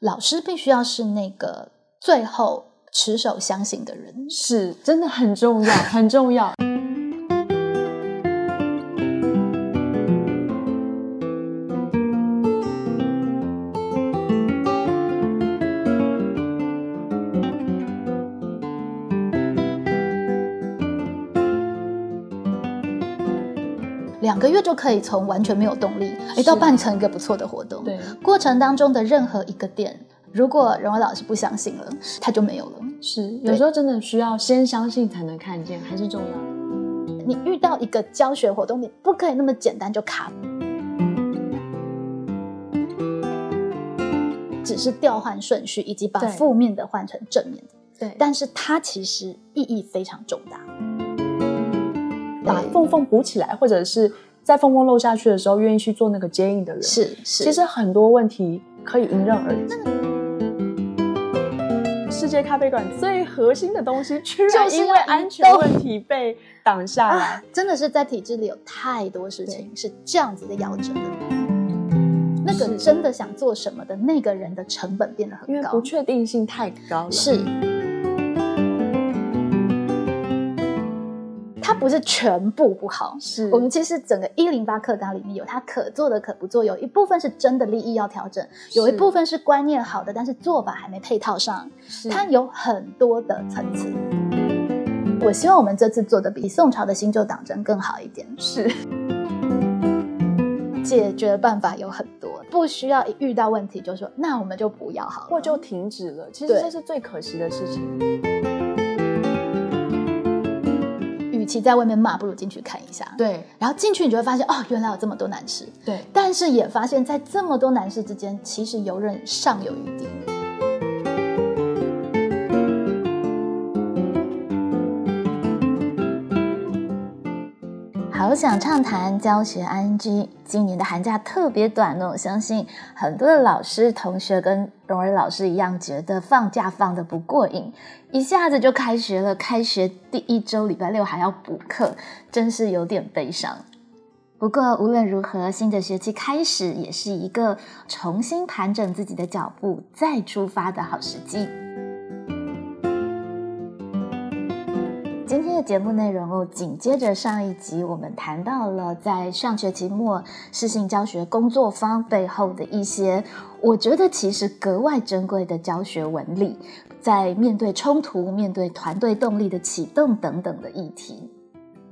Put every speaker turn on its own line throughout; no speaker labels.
老师必须要是那个最后持守相信的人。
是真的很 重要，很重要。
两个月就可以从完全没有动力，哎，到
是
办成一个不错的活动。
对，
过程当中的任何一个点，如果荣伟老师不相信了，他就没有了。
是有
对
时候真的需要先相信才能看见，还是重要。
你遇到一个教学活动，你不可以那么简单就卡，只是调换顺序，以及把
对
负面的换成正面的。
对但
但是它其实意义非常重大。
把缝缝补起来，或者是在缝缝漏下去的时候，愿意去做那个接应的人，
是是，
其实很多问题可以迎刃而解。世界咖啡馆最核心的东西，居然
就是要
因为安全问题被挡下来。
啊，真的是在体制里有太多事情是这样子的夭折的。那个
是
真的想做什么的那个人的成本变得
因
很高
为不，确定性太高了，
是。它不是全部不好，
是
我们其实整个一零八课纲里面有它可做的、可不做，有一部分是真的利益要调整，有一
是
部分是观念好的，但是做法还没配套上，
是
它有很多的层次。我希望我们这次做的比宋朝的新旧党争更好一点，
是
解决办法有很多，不需要一遇到问题就说那我们就不要好了，
或就停止了。其实
对
这是最可惜的事情。
与其在外面骂，不如进去看一下。，
对
然后进去你就会发现哦，原来有这么多难事，
对，
但是也发现，在这么多难事之间，其实游刃尚有余地。
好想畅谈教学 ING。今年的寒假特别短哦，相信很多的老师、同学跟荣儿老师一样，觉得放假放的不过瘾，一下子就开学了。开学第一周，礼拜六还要补课，真是有点悲伤。不过无论如何，新的学期开始也是一个重新盘整自己的脚步再出发的好时机。今天的节目内容哦，紧接着上一集我们谈到了在上学期末视性教学工作坊背后的一些，我觉得其实格外珍贵的教学纹理，在面对冲突、面对团队动力的启动等等的议题。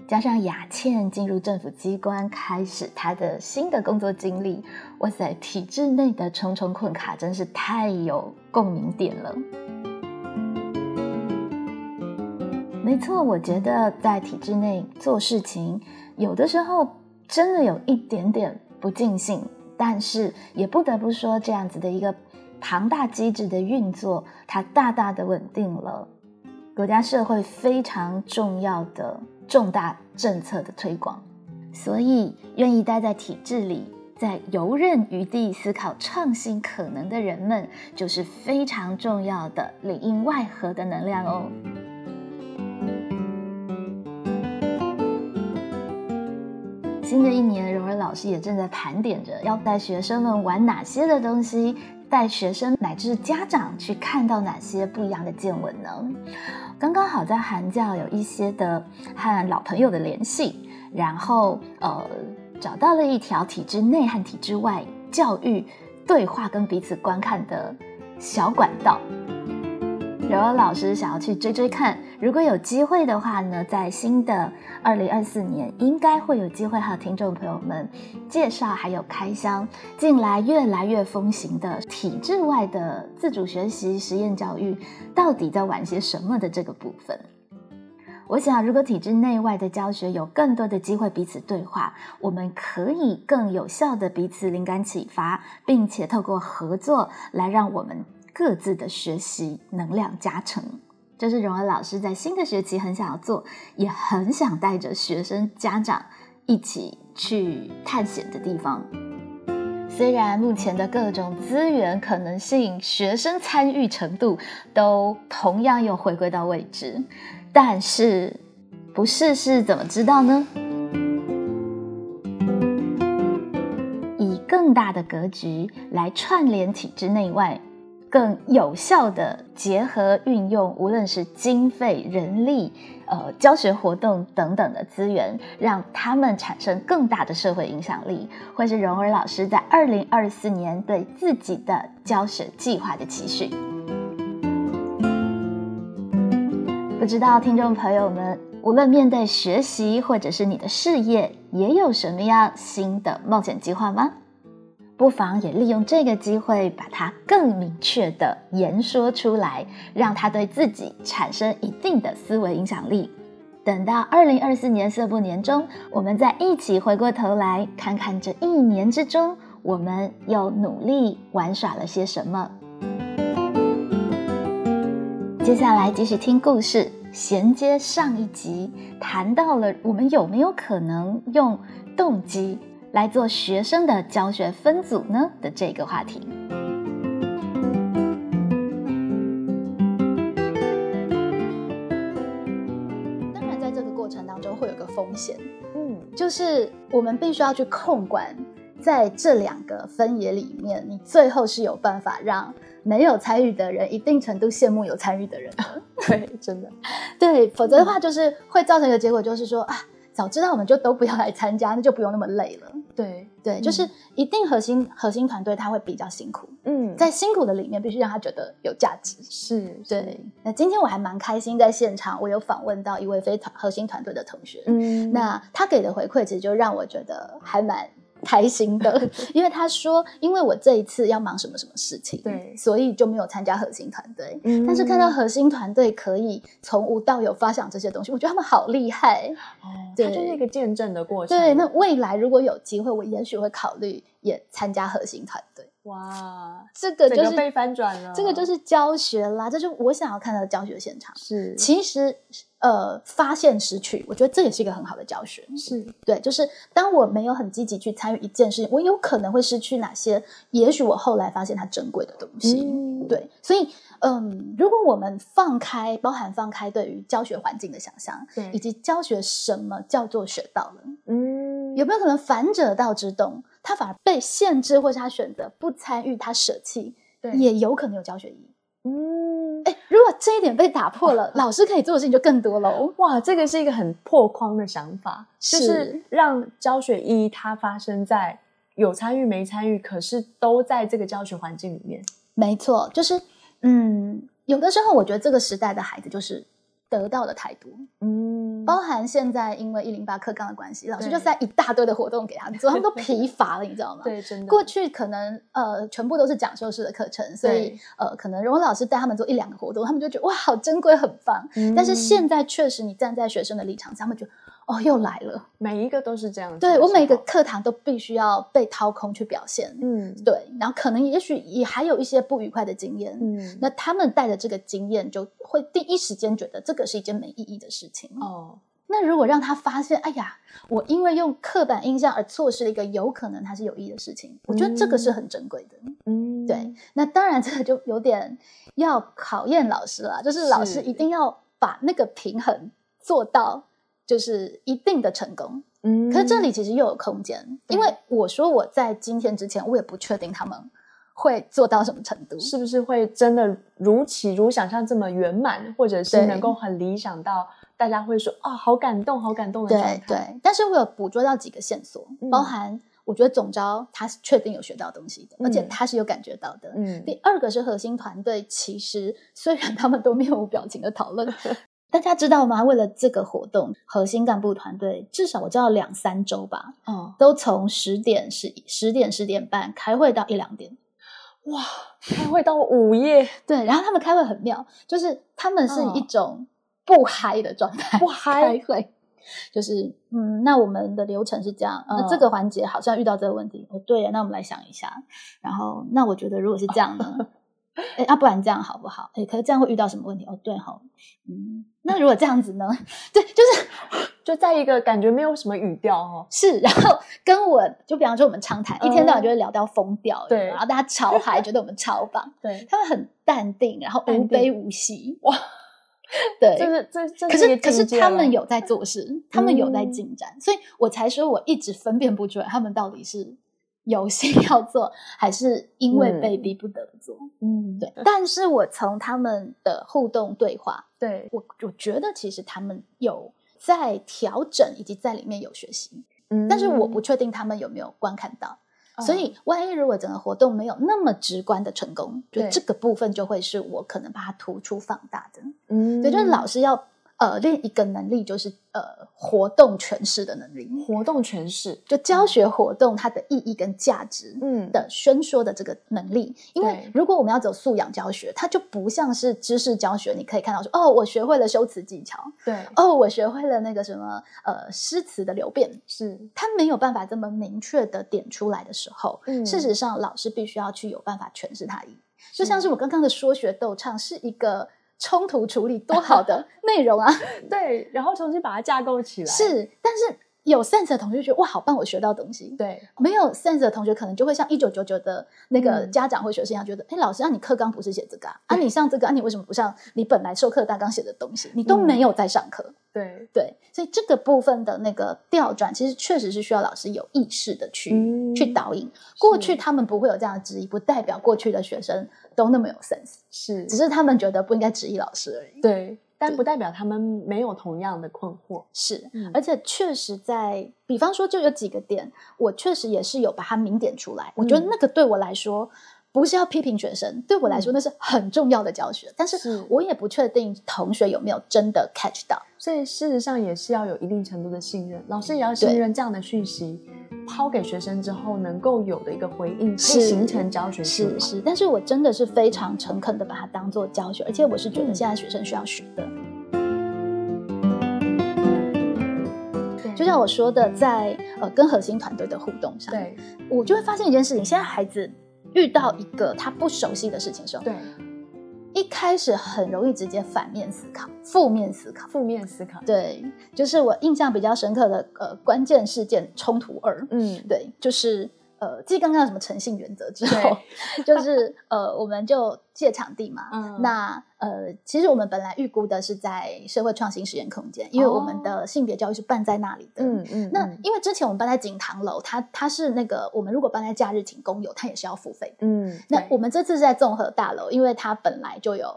加上雅倩进入政府机关，开始她的新的工作经历，哇塞，体制内的重重困卡真是太有共鸣点了。没错，我觉得在体制内做事情，有的时候真的有一点点不尽兴，但是也不得不说，这样子的一个庞大机制的运作，它大大的稳定了国家社会非常重要的重大政策的推广。所以，愿意待在体制里，在游刃余地思考创新可能的人们，就是非常重要的里应外合的能量哦。新的一年，荣儿老师也正在盘点着要带学生们玩哪些的东西，带学生乃至家长去看到哪些不一样的见闻呢？刚刚好在寒假有一些的和老朋友的联系，然后呃找到了一条体制内和体制外教育对话跟彼此观看的小管道。柔柔老师想要去追追看，如果有机会的话呢，在新的二零二四年，应该会有机会和听众朋友们介绍，还有开箱近来越来越风行的体制外的自主学习实验教育，到底在玩些什么的这个部分。我想，如果体制内外的教学有更多的机会彼此对话，我们可以更有效的彼此灵感启发，并且透过合作来让我们各自的学习能量加成。这是荣儿老师在新的学期很想要做，也很想带着学生家长一起去探险的地方。虽然目前的各种资源可能性、学生参与程度都同样又回归到未知，但是不试试怎么知道呢？以更大的格局来串联体制内外，更有效的结合运用，无论是经费、人力、呃教学活动等等的资源，让他们产生更大的社会影响力，会是荣儿老师在二零二四年对自己的教学计划的期许。不知道听众朋友们，无论面对学习或者是你的事业，也有什么样新的冒险计划吗？不妨也利用这个机会，把它更明确的言说出来，让它对自己产生一定的思维影响力。等到二零二四年色布年中，我们再一起回过头来看看这一年之中，我们又努力玩耍了些什么。接下来继续听故事，衔接上一集，谈到了我们有没有可能用动机来做学生的教学分组呢的这个话题。
当然，在这个过程当中会有个风险，
嗯，
就是我们必须要去控管，在这两个分野里面，你最后是有办法让没有参与的人一定程度羡慕有参与的人 的，
对，真的，
对，否则的话就是会造成一个结果，就是说啊，早知道我们就都不要来参加，那就不用那么累了。
对，
对，就是一定核心核心团队他会比较辛苦，
嗯，
在辛苦的里面必须让他觉得有价值。
是，
对，那今天我还蛮开心，在现场我有访问到一位非团核心团队的同学，
嗯，
那他给的回馈其实就让我觉得还蛮开心 的，因为他说，因为我这一次要忙什么什么事情，
对
所以就没有参加核心团队。
嗯
但是看到核心团队可以从无到有发想这些东西，我觉得他们好厉害。
哦，它
对
就是一个见证的过程，
对，那未来如果有机会，我也许会考虑也参加核心团队。
哇，
这个就
整
是
个被翻转了，
这个就是教学啦，这就是我想要看到的教学现场。
是
其实，呃，发现失去，我觉得这也是一个很好的教学。
是，
对，就是当我没有很积极去参与一件事情，我有可能会失去哪些？也许我后来发现它珍贵的东西。
嗯，
对，所以，嗯，如果我们放开，包含放开对于教学环境的想象，以
对，
及教学什么叫做学到了，
嗯，
有没有可能反者道之动，他反而被限制，或是他选择不参与，他舍弃，
对，
也有可能有教学意义。
嗯，
哎，如果这一点被打破 了，老师可以做的事情就更多喽。
哇，这个是一个很破框的想法，就是
是
让教学意义它发生在有参与没参与，可是都在这个教学环境里面。
没错，就是嗯，有的时候我觉得这个时代的孩子就是得到的太多，
嗯，
包含现在因为一零八课纲的关系，老师
对
就塞一大堆的活动给他们做，他们都疲乏了，你知道吗？。
对，真的
过去可能呃全部都是讲授式的课程，所以
对
呃可能荣老师带他们做一两个活动，他们就觉得哇好珍贵很棒。
嗯
但是现在确实你站在学生的立场上，他们觉得哦又来了，
每一个都是这样子的时
对
候。
我每个课堂都必须要被掏空去表现，
嗯
对，然后可能也许也还有一些不愉快的经验，
嗯
那他们带着这个经验，就会第一时间觉得这个是一件没意义的事情。
哦
那如果让他发现，哎呀，我因为用刻板印象而错失了一个有可能它是有意义的事情，我觉得这个是很珍贵的。
嗯
对，那当然这个就有点要考验老师了，就是老
是
师一定要把那个平衡做到，就是一定的成功。
嗯，
可是这里其实又有空间，
对
因为我说我在今天之前，我也不确定他们会做到什么程度。
是不是会真的如期如想象这么圆满，或者是
对
能够很理想到大家会说啊、好感动，好感动的状
对
态。
对，但是我有捕捉到几个线索，
嗯
包含我觉得总招他是确定有学到东西的，
嗯
而且他是有感觉到的。
嗯，
第二个是核心团队，其实虽然他们都面无表情的讨 论，大家知道吗？为了这个活动，核心干部团队至少我知道两三周吧，
哦
都从十点十十点十点半开会到一两点。
哇，开会到 午夜，
对，然后他们开会很妙，就是他们是一
嗯
种不嗨的状态，
不嗨
开会。 就是嗯，那我们的流程是这样，呃那这
嗯
个环节好像遇到这个问题，哦，对呀，那我们来想一下。然后，那我觉得如果是这样 呢，哎，啊，不然这样好不好？哎，可是这样会遇到什么问题？哦，对吼，嗯，那如果这样子呢？ 对，就是
就在一个感觉没有什么语调哦。
是，然后跟我就比方说我们畅谈，一天到晚就会聊到疯掉，有没有
嗯对
然后大家超嗨，觉得我们超棒，
对，
他们很淡定，然后
淡
无
定
悲无喜。哇，对，
这是这这
可
一
是
个
可是
境界
他
了嗯
们有在做事，他们有在进展，所以我才说我一直分辨不出来他们到底是有心要做，还是因为被逼不得不做。
嗯，
对，但是我从他们的互动对话，
对，
我我觉得其实他们有在调整，以及在里面有学习，
嗯
但是我不确定他们有没有观看到。
哦
所以，万一如果整个活动没有那么直观的成功，就
对
这个部分就会是我可能把它突出放大的。
嗯
所以，就是老师要呃练一个能力，就是呃活动诠释的能力，
活动诠释，
就教学活动它的意义跟价值。
嗯，
的宣说的这个能力，因为
对
如果我们要走素养教学，它就不像是知识教学。你可以看到说，哦，我学会了修辞技巧，
对，
哦，我学会了那个什么呃诗词的流变，
是，
它没有办法这么明确的点出来的时候，
嗯
事实上老师必须要去有办法诠释它的意义。就是像是我刚刚的说学逗唱是一个冲突处理多好 的内容啊，
对，然后重新把它架构起来，，
是，但是有 sense 的同学就觉得哇，好棒，我学到东西。
对，
没有 sense 的同学，可能就会像一九九九的那个
嗯
家长或学生一样，觉得，哎、老师，那、你课纲不是写这个啊？啊，你上这个，啊，你为什么不上你本来授课大纲写的东西？你都
嗯
没有在上课。
对，
对，所以这个部分的那个调转，其实确实是需要老师有意识的去、
嗯
去导引。过去他们不会有这样的质疑，不代表过去的学生都那么有 sense，
是
只，是他们觉得不应该质疑老师而已。
对，但
对
不代表他们没有同样的困惑，
是
嗯，
而且确实在，比方说就有几个点，我确实也是有把它明点出来。我觉得
嗯
那个对我来说。不是要批评学生，对我来说那是很重要的教学，但
是
是我也不确定同学有没有真的 catch 到。
所以事实上也是要有一定程度的信任，老师也要信
对
任这样的讯息抛给学生之后，能够有的一个回应，可以
是
形成教学循
是
环
是，但是我真的是非常诚恳的把它当做教学，而且我是
嗯
觉得现在学生需要学的。
对
就像我说的，在呃跟核心团队的互动上，
对
我就会发现一件事情：现在孩子遇到一个他不熟悉的事情的时候，
对，
一开始很容易直接反面思考、负面思考。
负面思考，
对，就是我印象比较深刻的呃关键事件冲突二，
嗯，
对，就是呃，继刚刚什么诚信原则之后，
对
就是呃，我们就借场地嘛。
嗯
那呃，其实我们本来预估的是在社会创新实验空间，因为我们的性别教育是办在那里的。
哦嗯嗯，
那
嗯
因为之前我们办在景堂楼，它它是那个我们如果办在假日请工友，它也是要付费的。
嗯，
那
对
我们这次是在综合大楼，因为它本来就有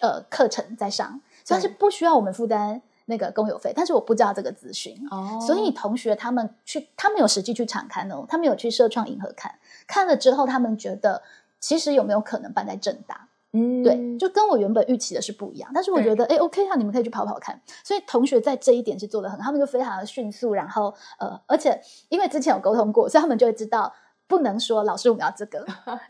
呃课程在上，所以它是
对
不需要我们负担那个工友费，但是我不知道这个资讯。
哦，
所以同学他们去，他们有实际去场刊哦，他们有去社创银河看，看了之后，他们觉得其实有没有可能办在正大？
嗯，
对，就跟我原本预期的是不一样。但是我
对
觉得，哎，OK 啊，你们可以去跑跑看。所以同学在这一点是做的很好，他们就非常的迅速，然后呃，而且因为之前有沟通过，所以他们就会知道。不能说老师我们要这 个，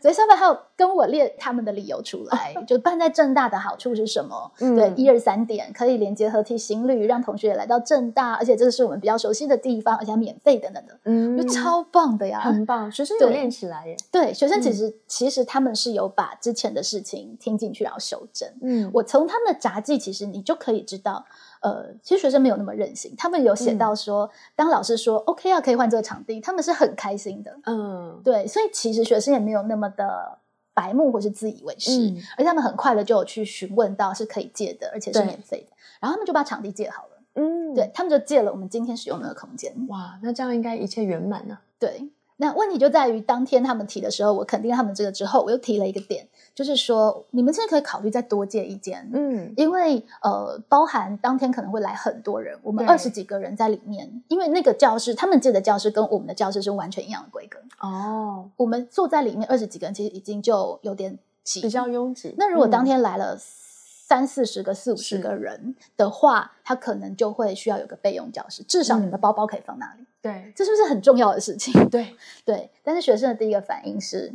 所以上面还有跟我列他们的理由出来，就办在正大的好处是什么？
嗯
对，一二三点可以连接合体行旅，让同学也来到正大，而且这个是我们比较熟悉的地方，而且还免费等等的，
嗯
就超棒的呀！
很棒，学生有
对
练起来耶，
对，学生其
嗯
实、其实他们是有把之前的事情听进去，然后修正。
嗯
我从他们的杂技，其实你就可以知道，呃，其实学生没有那么任性，他们有写
嗯
到说，当老师说 OK 啊，可以换这个场地，他们是很开心的。
嗯，
对，所以其实学生也没有那么的白目或是自以为是，
嗯
而且他们很快的就有去询问到是可以借的，而且是
对
免费的，然后他们就把场地借好了，
嗯，
对，他们就借了我们今天使用的空间。
哇，那这样应该一切圆满啊，
对，那问题就在于当天他们提的时候，我肯定他们这个之后，我又提了一个点，就是说你们现在可以考虑再多借一间，
嗯，
因为呃，包含当天可能会来很多人，我们
对
二十几个人在里面，因为那个教室他们借的教室跟我们的教室是完全一样的规格，
哦，
我们坐在里面二十几个人，其实已经就有点挤，
比较拥挤，
那如果当
嗯
天来了三四十个、四五十
是
个人的话，他可能就会需要有个备用教室，至少你的
嗯
包包可以放那里，
对
这是不是很重要的事情？
对，
对，但是学生的第一个反应是，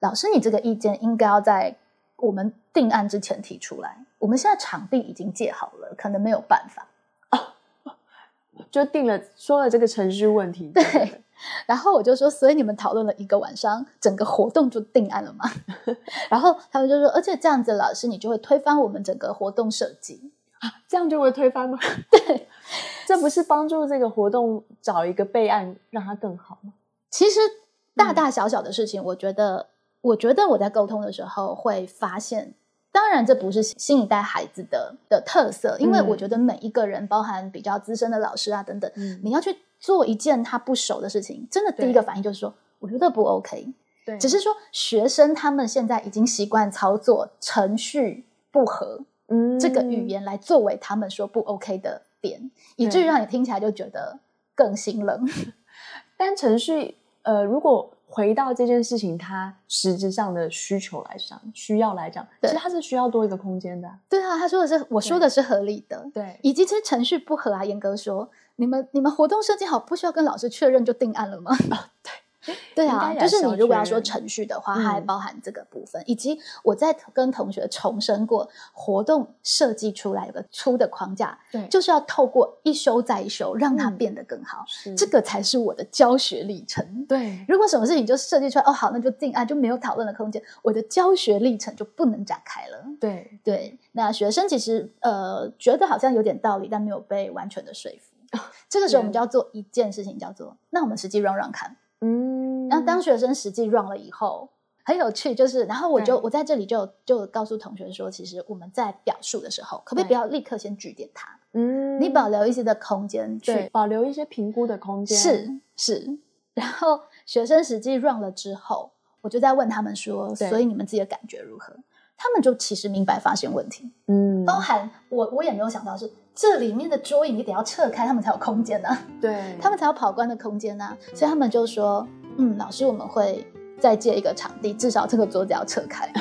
老师，你这个意见应该要在我们定案之前提出来。我们现在场地已经借好了，可能没有办法。
就定了说了这个程序问题，
对
不
然后我就说，所以你们讨论了一个晚上，整个活动就定案了吗？然后他们就说，而且这样子，老师你就会推翻我们整个活动设计。
这样就会推翻吗？
对，
这不是帮助这个活动找一个备案，让它更好吗？
其实
嗯
大大小小的事情，我觉得，我觉得我在沟通的时候会发现，当然这不是新一代孩子的的特色，因为
嗯
我觉得每一个人，包含比较资深的老师啊等等，
嗯
你要去做一件他不熟的事情，真的
对
第一个反应就是说，我觉得不 OK。
对
只是说学生他们现在已经习惯操作程序不合
嗯
这个语言来作为他们说不 OK 的点，以至于
对
让你听起来就觉得更心冷。
但程序，呃，如果回到这件事情，它实质上的需求来讲，需要来讲，其
对
实它是需要多一个空间的啊、
对啊，他说的是我说的是合理的，
对
以及其实程序不合啊。严格说，你们你们活动设计好，不需要跟老师确认就定案 了吗？对
哦应该
啊，
也
就是
是要
你如果要
确
说
认
程序的话，
嗯
它还包含这个部分，以及我在跟同学重申过，活动设计出来有个粗的框架，
对
就是要透过一修再修，让它
嗯
变得更好。
是
这个才是我的教学历程。
对
如果什么事情就设计出来，哦好，那就定案，就没有讨论的空间，我的教学历程就不能展开了。
对
对，那学生其实呃觉得好像有点道理，但没有被完全的说服。
哦
这个时候我们就要做一件事情，叫做那我们实际 run run 看。
嗯
那当学生实际 run 了以后，很有趣，就是然后我就
对
我在这里就就告诉同学说，其实我们在表述的时候，可不可以
对
不要立刻先据点它，
嗯
你保留一些的空间
对
去
保留一些评估的空间
是是。然后学生实际 run 了之后，我就在问他们说，
对
所以你们自己的感觉如何？他们就其实明白发现问题。
嗯
包含我我也没有想到是这里面的桌椅你得要撤开，他们才有空间呢、
对
他们才有跑关的空间呢、所以他们就说，嗯，老师我们会再借一个场地，至少这个桌子要撤开。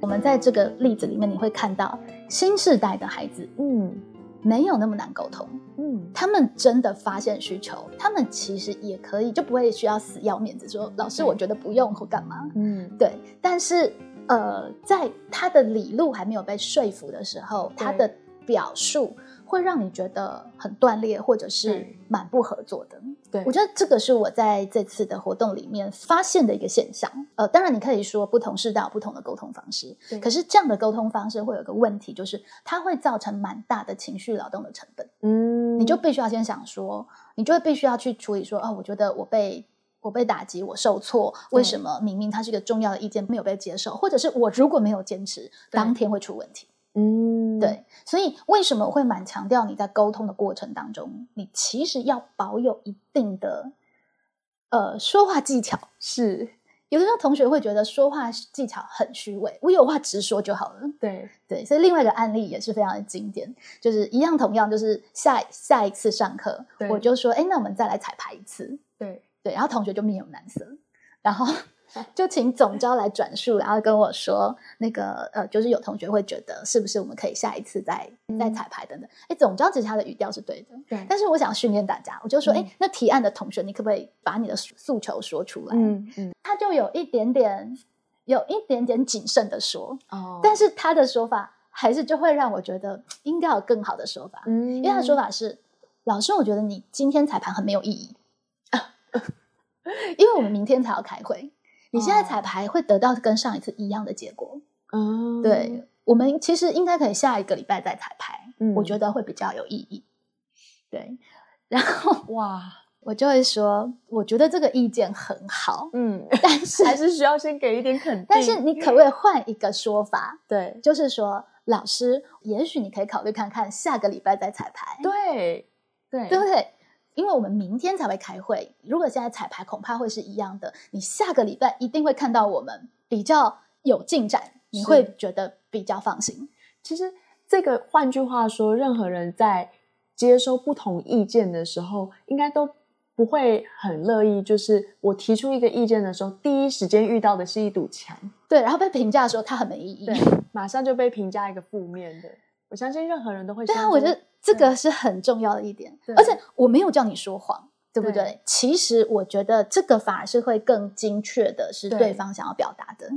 我们在这个例子里面，你会看到新时代的孩子
嗯
没有那么难沟通，
嗯
他们真的发现需求，他们其实也可以，就不会需要死要面子说老师，
对
我觉得不用或干嘛。
嗯
对，但是呃，在他的理路还没有被说服的时候，
对
他的表述会让你觉得很断裂，或者是
对
蛮不合作的。
对，
我觉得这个是我在这次的活动里面发现的一个现象。呃，当然你可以说不同世代有不同的沟通方式，
对
可是这样的沟通方式会有个问题，就是它会造成蛮大的情绪劳动的成本。
嗯
你就必须要先想说，你就会必须要去处理说，哦，我觉得我被我被打击，我受挫，为什么明明它是一个重要的意见没有被接受，或者是我如果没有坚持，当天会出问题。
嗯
对，所以为什么我会蛮强调你在沟通的过程当中，你其实要保有一定的呃说话技巧。
是
有的时候同学会觉得说话技巧很虚伪，我有话直说就好了。
对
对，所以另外一个案例也是非常的经典，就是一样同样，就是下下一次上课
对，
我就说，哎，那我们再来彩排一次，
对
对，然后同学就面有难色，然 后就请总招来转述，然后跟我说，那个呃，就是有同学会觉得是不是我们可以下一次再、再
嗯
彩排等等，哎，总招其实他的语调是对的，
对
但是我想训练大家，我就说，哎、
嗯
那提案的同学，你可不可以把你的诉诉求说出来？
嗯嗯
他就有一点点，有一点点谨慎的说，
哦
但是他的说法还是就会让我觉得应该有更好的说法，
嗯
因为他的说法是：老师，我觉得你今天彩排很没有意义， 因为我们明天才要开会，你现在
哦
彩排会得到跟上一次一样的结果。
嗯
对我们其实应该可以下一个礼拜再彩排，
嗯
我觉得会比较有意义。对，然后
嗯哇
我就会说，我觉得这个意见很好，
嗯
但 是
还是需要先给一点肯定，
但是你可不可以换一个说法？
对
就是说，老师，也许你可以考虑看看下个礼拜再彩排，
对对
哎对不对？因为我们明天才会开会，如果现在彩排，恐怕会是一样的。你下个礼拜一定会看到我们比较有进展，你
是
会觉得比较放心。
其实这个，换句话说，任何人在接收不同意见的时候，应该都不会很乐意。就是我提出一个意见的时候，第一时间遇到的是一堵墙，
对，然后被评价说他很没意义。
对，马上就被评价一个负面的。我相信任何人都会。
对啊，我觉得这个是很重要的一点
对。
而且我没有叫你说谎，对不
对
对？其实我觉得这个反而是会更精确的，是
对
对方想要表达的。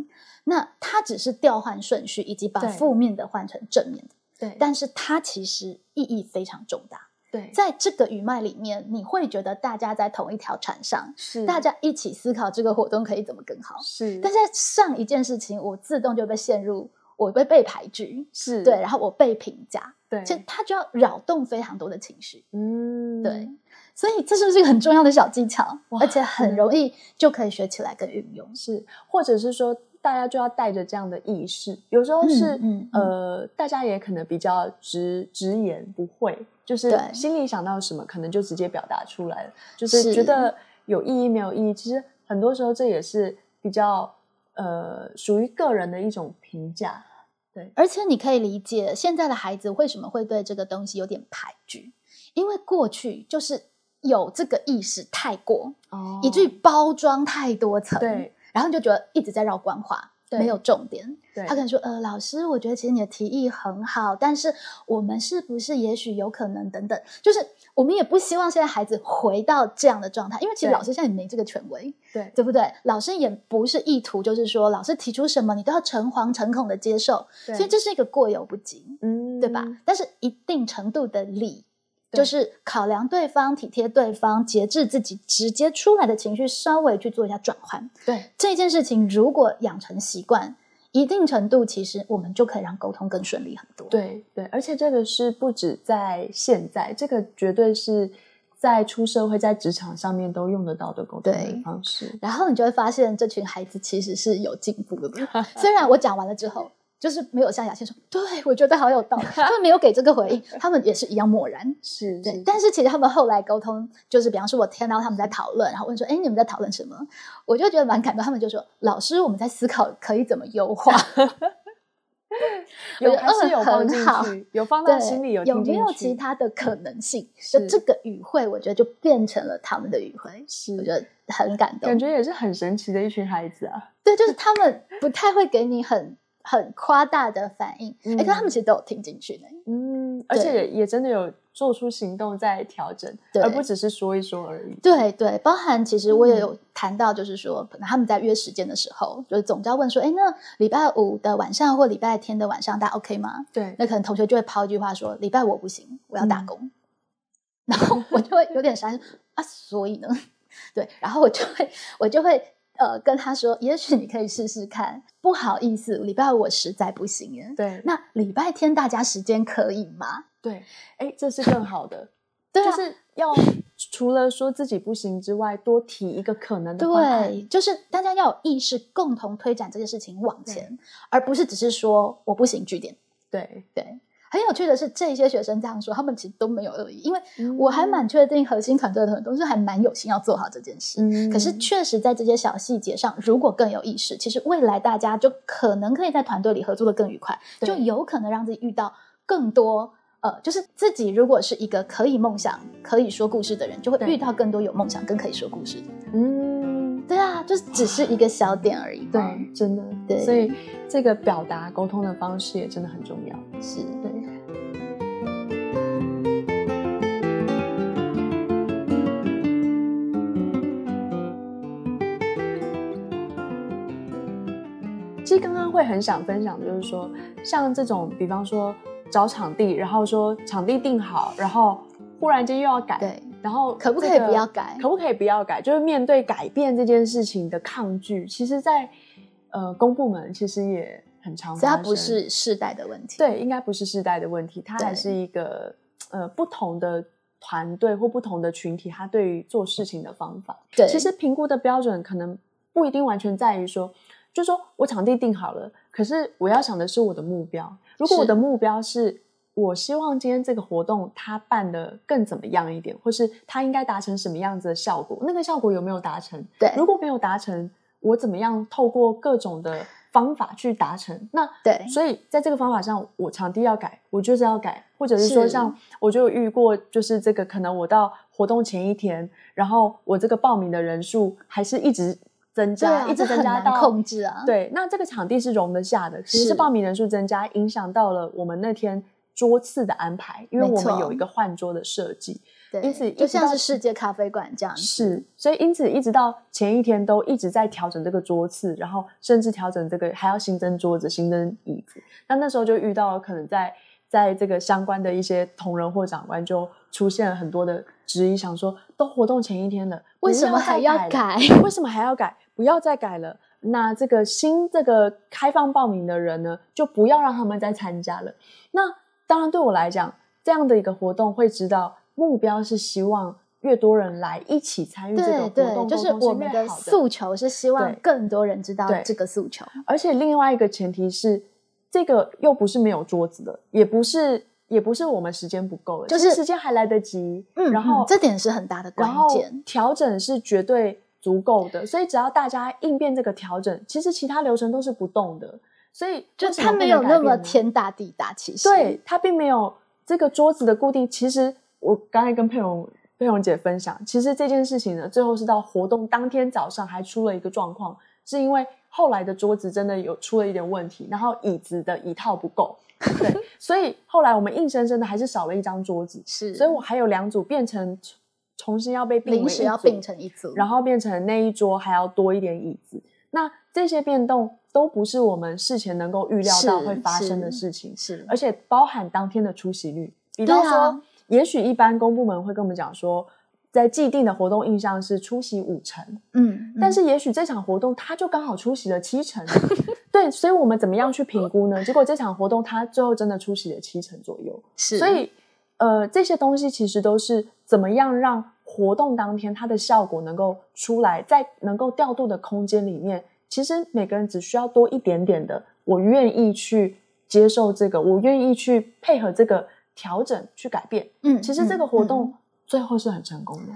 那他只是调换顺序，以及把
对
负面的换成正面的，
对，
但是它其实意义非常重大。
对，
在这个语脉里面，你会觉得大家在同一条船上，
是
大家一起思考这个活动可以怎么更好。
是，
但是在上一件事情，我自动就被陷入，我被被排拒，
是
对，然后我被评价，
对，
这它就要扰动非常多的情绪，
嗯，
对，所以这就是一个很重要的小技巧
哇，嗯
而且很容易就可以学起来跟运用。
是，或者是说，大家就要带着这样的意识。有时候是、
嗯嗯
呃，大家也可能比较直直言不讳，就是
对
心里想到什么，可能就直接表达出来了。就是是觉得有意义没有意义，其实很多时候这也是比较呃属于个人的一种评价。
而且你可以理解现在的孩子为什么会对这个东西有点排拒，因为过去就是有这个意识太过，
哦
以至于包装太多层，，
对
然后你就觉得一直在绕官话，
对
没有重点。
对，
他可能说：“呃，老师，我觉得其实你的提议很好，但是我们是不是也许有可能等等，就是我们也不希望现在孩子回到这样的状态，因为其实
对
老师现在也没这个权威，
对
对不对？老师也不是意图就是说老师提出什么你都要诚惶诚恐的接受，
对
所以这是一个过犹不及，
嗯
对吧？但是一定程度的理。”
对
就是考量对方、体贴对方、节制自己直接出来的情绪，稍微去做一下转换。
对
这件事情如果养成习惯，一定程度其实我们就可以让沟通更顺利很多。，
对对，而且这个是不止在现在，这个绝对是在出社会、在职场上面都用得到的沟通
对
的方式。
然后你就会发现这群孩子其实是有进步 的。虽然我讲完了之后，就是没有像雅欣说，对我觉得好有道 理，他们没有给这个回应，他们也是一样漠然。
是，
对
是，
但是其实他们后来沟通，就是比方说，我听到他们在讨论，然后问说：“哎，你们在讨论什么？”我就觉得蛮感动。他们就说：“老师，我们在思考可以怎么优化。”
有
我觉得
还是
嗯
有放
很
进
好
去，有 放
对，
到心里，
有
听
没
进
有
去
其他的可能性？就是这个语汇，我觉得就变成了他们的语汇，
是
我觉得很感动。
感觉也是很神奇的一群孩子啊。
对，就是他们不太会给你很 很夸大的反应，哎、
嗯
可是他们其实都有听进去的。
嗯，而且
对
也也真的有做出行动在调整，
对
而不只是说一说而已。
对对，包含其实我也有谈到，就是说，嗯可能他们在约时间的时候，就是总招问说，哎，那礼拜五的晚上或礼拜天的晚上，大家 OK 吗？
对
那可能同学就会抛一句话说，礼拜我不行，我要打
嗯
工。然后我就会有点傻眼啊，所以呢，对，然后我就会我就会呃跟他说，也许你可以试试看。不好意思，礼拜五我实在不行耶。
对
那礼拜天大家时间可以吗？
对，哎，这是更好 的，
对啊，
就是要除了说自己不行之外，多提一个可能的方案。
对，就是大家要有意识，共同推展这件事情往前，而不是只是说我不行据点。
对
对，很有趣的是，这些学生这样说，他们其实都没有恶意，因为
嗯
我还蛮确定核心团队的很多是还蛮有心要做好这件事。
嗯
可是确实在这些小细节上，如果更有意识，其实未来大家就可能可以在团队里合作的更愉快，
对
就有可能让自己遇到更多。呃，就是自己如果是一个可以梦想、可以说故事的人，就会
对
遇到更多有梦想、更可以说故事的。
嗯，
对啊，就是只是一个小点而已。
对，真的，
对
嗯所以这个表达沟通的方式也真的很重要。
是
对，其实刚刚会很想分享，就是说，像这种，比方说找场地，然后说场地定好，然后忽然间又要改，
对，
然后
可不
这
可以
个
不要改
可不可以不要改？就是面对改变这件事情的抗拒，其实在，呃公部门其实也很常
所以它
发生。
不是世代的问题。
对，应该不是世代的问题，它还
对
是一个呃不同的团队或不同的群体，他对于做事情的方法。
对，
其实评估的标准可能不一定完全在于说，就说我场地定好了，可是我要想的是我的目标。如果
是
我的目标是我希望今天这个活动它办的更怎么样一点，或是它应该达成什么样子的效果，那个效果有没有达成？
对
如果没有达成，我怎么样透过各种的方法去达成？那
对
所以在这个方法上，我场地要改，我就是要改，或者是说
是
像我就有遇过，就是这个可能我到活动前一天，然后我这个报名的人数还是一直增
对
加，
啊，
一直
这
增
很
加
难
到
控制啊。
对，那这个场地是容得下的，其实
是
是报名人数增加，影响到了我们那天桌次的安排，因为
没
我们
错
有一个换桌的设计，
对，
因此
就
一直
像
到
是世界咖啡馆这样子。
是，所以因此一直到前一天都一直在调整这个桌次，然后甚至调整这个还要新增桌子、新增椅子。那那时候就遇到可能在在这个相关的一些同仁或长官就出现了很多的质疑，想说都活动前一天了，
为
不
什么
再
还要
了
改？
为什么还要改？不要再改了。那这个新这个开放报名的人呢，就不要让他们再参加了。那当然，对我来讲，这样的一个活动会知道目标是希望越多人来一起参与这个
对
活
对，
动，
就是
沟通
我们
越
的
好
诉求是希望
对
更多人知道
对
这个诉求。
而且另外一个前提是，这个又不是没有桌子的，也不是也不是我们时间不够了，
就
其实
是
时间还来得及。
嗯，
然后、
嗯这点是很大的
然
关
后
键。
调整是绝对足够的，所以只要大家应变这个调整，其实其他流程都是不动的。所以
就
为什么
它
不
没
能
有
改
那么
变呢
天大地大，其实
对，它并没有这个桌子的固定。其实我刚才跟佩蓉佩蓉姐分享，其实这件事情呢，最后是到活动当天早上还出了一个状况，是因为后来的桌子真的有出了一点问题，然后椅子的椅套不够， 对，所以后来我们硬生生的还是少了一张桌子，
是，
所以我还有两组变成重重新要被并为
临时
一
要
组
并成一组，
然后变成那一桌还要多一点椅子。那这些变动都不是我们事前能够预料到
是
会发生的
是
事情，
是
而且包含当天的出席率。比
对
方
啊
说，也许一般公部门会跟我们讲说，在既定的活动印象是出席五成，
嗯，
但
嗯
是也许这场活动他就刚好出席了七 成，对，所以我们怎么样去评估呢？结果这场活动他最后真的出席了七成左右，
是
所以呃，这些东西其实都是怎么样让活动当天它的效果能够出来，在能够调度的空间里面，其实每个人只需要多一点点的，我愿意去接受这个，我愿意去配合这个调整去改变。
嗯，
其实这
嗯
个活
嗯
动最后是很成功的。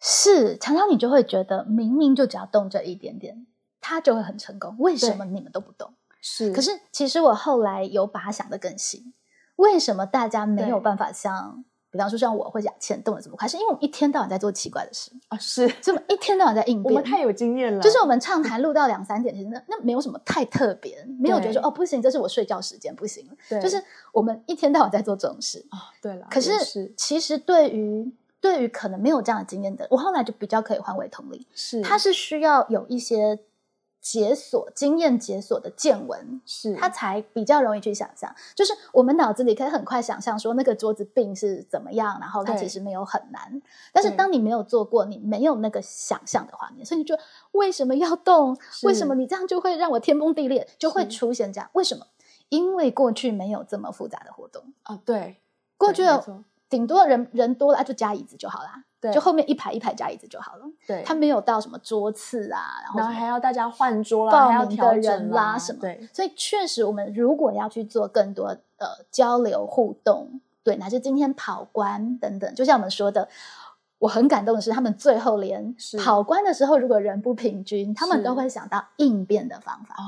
是常常你就会觉得，明明就只要动这一点点，它就会很成功，为什
对
么你们都不动？
是
可是其实我后来有把它想得更细，为什么大家没有
对
办法像，比方说像我或雅倩动得这么快？是因为我们一天到晚在做奇怪的事，
啊，是
所以我们一天到晚在应
我
变，
们太有经验了，
就是我们畅谈录到两三点，其实那那没有什么太特别，没有觉得说
对
哦不行，这是我睡觉时间不行，
对
就是我们一天到晚在做这种事。
啊，对了，
可
也
是
是
其实对于对于可能没有这样的经验的，我后来就比较可以换位同理，
是
它是需要有一些解锁经验解锁的见闻。
是
它才比较容易去想象，就是我们脑子里可以很快想象说那个桌子病是怎么样，然后它
对嗯
其实没有很难。但是
对
当你没有做过，你没有那个想象的画面，所以你就为什么要动？为
是
什么你这样就会让我天崩地裂？就会
是
出现这样？为什么？因为过去没有这么复杂的活动，
啊，对
过
对
去
没
有
错
顶多人人多了啊就加椅子就好啦，
对，
就后面一排一排加椅子就好了。
对
它没有到什么桌次啊，然后
然
什
后
么
还要大家换桌啦，还
报
要
名
调
的
整
人啦什么
对，
所以确实，我们如果要去做更多呃交流互动，对，乃至今天跑关等等，就像我们说的，我很感动的是，他们最后连
是
跑关的时候，如果人不平均，他们
是
都会想到应变的方法。
哦，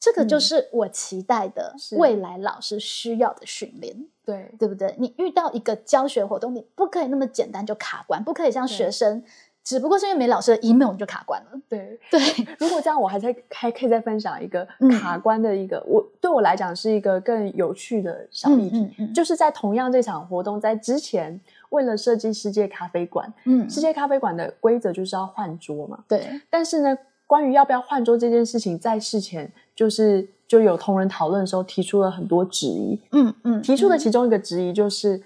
这个就
嗯
是我期待的
是
未来老师需要的训练，
对
对不对？你遇到一个教学活动，你不可以那么简单就卡关，不可以像
对
学生，只不过是因为没老师的 email 你就卡关了。
对。
对，
如果这样，我还在还可以再分享一个
嗯
卡关的一个，我对我来讲是一个更有趣的小
嗯
议题，
嗯嗯
就是在同样这场活动在之前，为了设计世界咖啡馆，
嗯，
世界咖啡馆的规则就是要换桌嘛，
对，
但是呢，关于要不要换桌这件事情，在事前就是就有同仁讨论的时候提出了很多质疑，
嗯嗯，
提出的
嗯
其中一个质疑就是，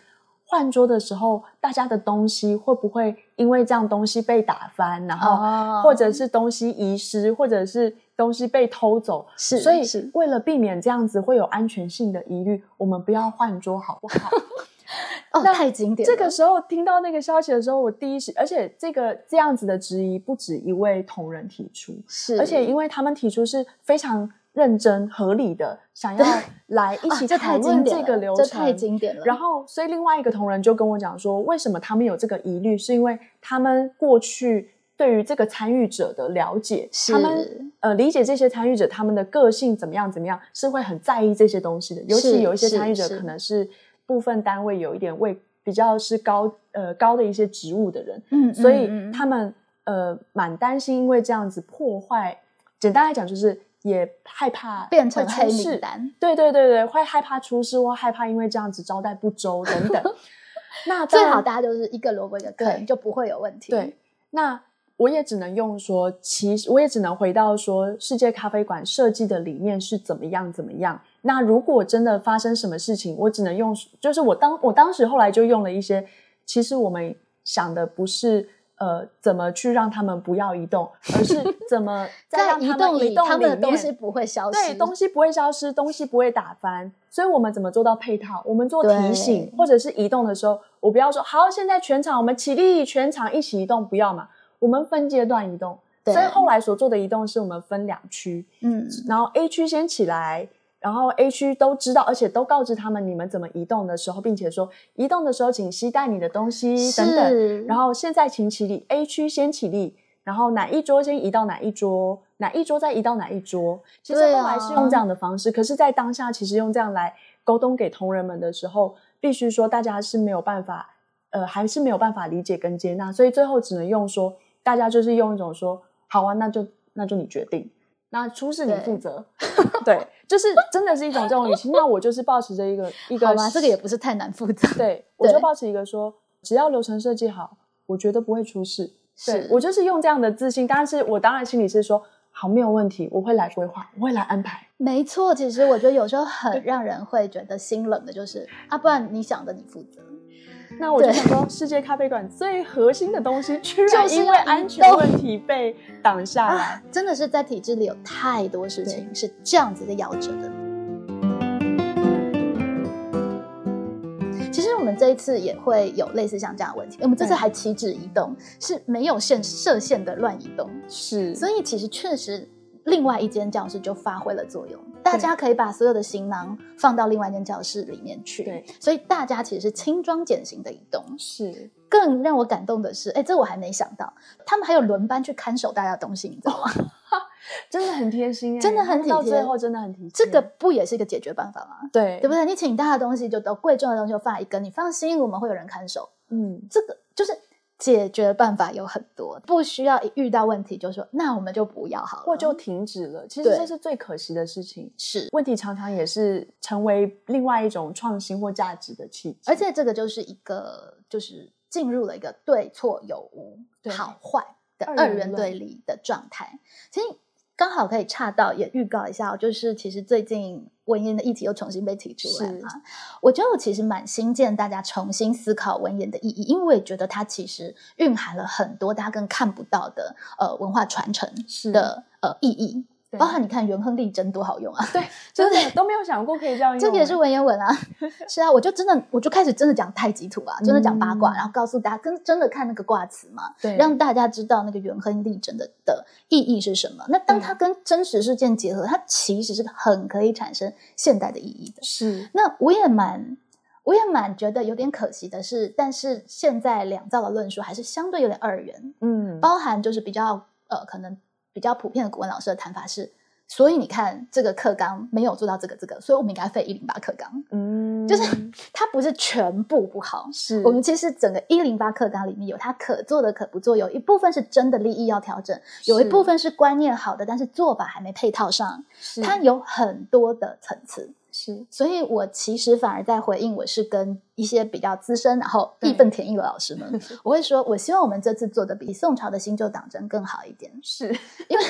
换桌的时候大家的东西会不会因为这样东西被打翻，然后
哦，
或者是东西遗失，或者是东西被偷走？
是，
所以
是
为了避免这样子会有安全性的疑虑，我们不要换桌好不好？
哦，
那
太经典了，
这个时候听到那个消息的时候，我第一时，而且这个这样子的质疑不止一位同仁提出，
是，
而且因为他们提出是非常认真合理的，想要来一
啊
起
这
讨
太经
论这
典
个
了
流
这
程。
太经典了。
然后，所以另外一个同仁就跟我讲说，为什么他们有这个疑虑，是因为他们过去对于这个参与者的了解，
是
他们呃理解这些参与者他们的个性怎么样怎么样，是会很在意这些东西的。尤
是
其有一些
是
参与者
是
可能是部分单位有一点位比较是高呃高的一些职务的人，
嗯，
所
嗯
以
嗯
他们呃蛮担心，因为这样子破坏，简单来讲就是也害怕
变成
会
黑
出
名
事，
单，
对对对对，会害怕出事或害怕因为这样子招待不周等等。那当
最
然
好大家就是一个萝卜一个
对
坑，就不会有问题。
对，，那我也只能用说，其实我也只能回到说，世界咖啡馆设计的理念是怎么样怎么样。那如果真的发生什么事情，我只能用，就是我当我当时后来就用了一些，其实我们想的不是呃怎么去让他们不要移动，而是 怎么
在
让
移
他们
里，
动
他们的
里
东
面
西不会消失。
对，东西不会消失，东西不会打翻，所以我们怎么做到配套？我们做
对
提醒，或者是移动的时候，我不要说好，现在全场我们起立，全场一起移动，不要嘛，我们分阶段移动。
对
所以后来所做的移动是我们分两区，
嗯，
然后 A 区先起来，然后 A 区都知道，而且都告知他们你们怎么移动的时候，并且说移动的时候请携带你的东西等等。
是，
然后现在请起立，A 区先起立，然后哪一桌先移到哪一桌，哪一桌再移到哪一桌。其实
对啊
后来是用这样的方式，可是，在当下其实用这样来沟通给同仁们的时候，必须说大家是没有办法，呃，还是没有办法理解跟接纳，所以最后只能用说，大家就是用一种说，好啊，那就那就你决定。那出事你
对
负责， 对，就是真的是一种这种语气。那我就是保持着 一个一个
好吧，这个也不是太难负责。
对，我就
对
抱持一个说，只要流程设计好，我觉得不会出事。对
是
我就是用这样的自信，但是我当然心里是说，好，没有问题，我会来规划，我会来安排。
没错，其实我觉得有时候很让人会觉得心冷的，就是啊，不然你想的你负责，
那我就
对
想说，世界咖啡馆最核心的东西，居
就
然
是
因
要
为
移
安全
动
问题被挡下来。
啊真的是在体制里有太多事情是这样子的夭折的。其实我们这一次也会有类似像这样的问题，我们这次
对
还岂止移动，是没有限设限的乱移动，
是，
所以其实确实另外一间教室就发挥了作用，大家可以把所有的行囊放到另外一间教室里面去，
对，
所以大家其实是轻装简行的移动，
是
更让我感动的是，哎，这我还没想到，他们还有轮班去看守大家的东西，你知道吗？
真的很贴心欸，
真的很
他们到
体贴
最后真的很体贴。
这个不也是一个解决办法吗？
对，
对不对？你请大的东西就都贵重的东西就放一根，你放心，我们会有人看守。
嗯，
这个就是解决办法有很多，不需要一遇到问题就说那我们就不要好了，
或就停止了。其实
对
这是最可惜的事情。
是。
问题常常也是成为另外一种创新或价值的契机。
而且这个就是一个就是进入了一个对错有无、
对
好坏的
二
二
元
元
论
对立的状态。其实刚好可以岔到也预告一下哦，就是其实最近文言的议题又重新被提出来
是
嘛，我觉得我其实蛮新建大家重新思考文言的意义，因为我也觉得它其实蕴含了很多大家更看不到的呃文化传承
是
的呃意义。
对
包含你看元亨利贞多好用啊，
真的都没有想过可以这样用欸，
这个也是文言 文啊，是啊，我就真的我就开始真的讲太极图啊，真的讲八卦，
嗯
然后告诉大家跟真的看那个卦辞嘛，
对
让大家知道那个元亨利贞的的意义是什么。那当
对
它跟真实事件结合，它其实是很可以产生现代的意义的。
是
那我也蛮。我也蛮觉得有点可惜的是，但是现在两造的论述还是相对有点二元，
嗯
包含就是比较呃，可能比较普遍的古文老师的谈法是，所以你看这个课纲没有做到这个这个，所以我们应该废一零八课纲。
嗯，
就是它不是全部不好。
是
我们其实整个一零八课纲里面有它可做的、可不做，有一部分是真的利益要调整，有一
是
部分是观念好的，但是做法还没配套上，
是
它有很多的层次。
是
所以我其实反而在回应，我是跟一些比较资深，然后
对
义愤填膺的老师 们，我会说，我希望我们这次做的比宋朝的新旧党争更好一点，
是，
因为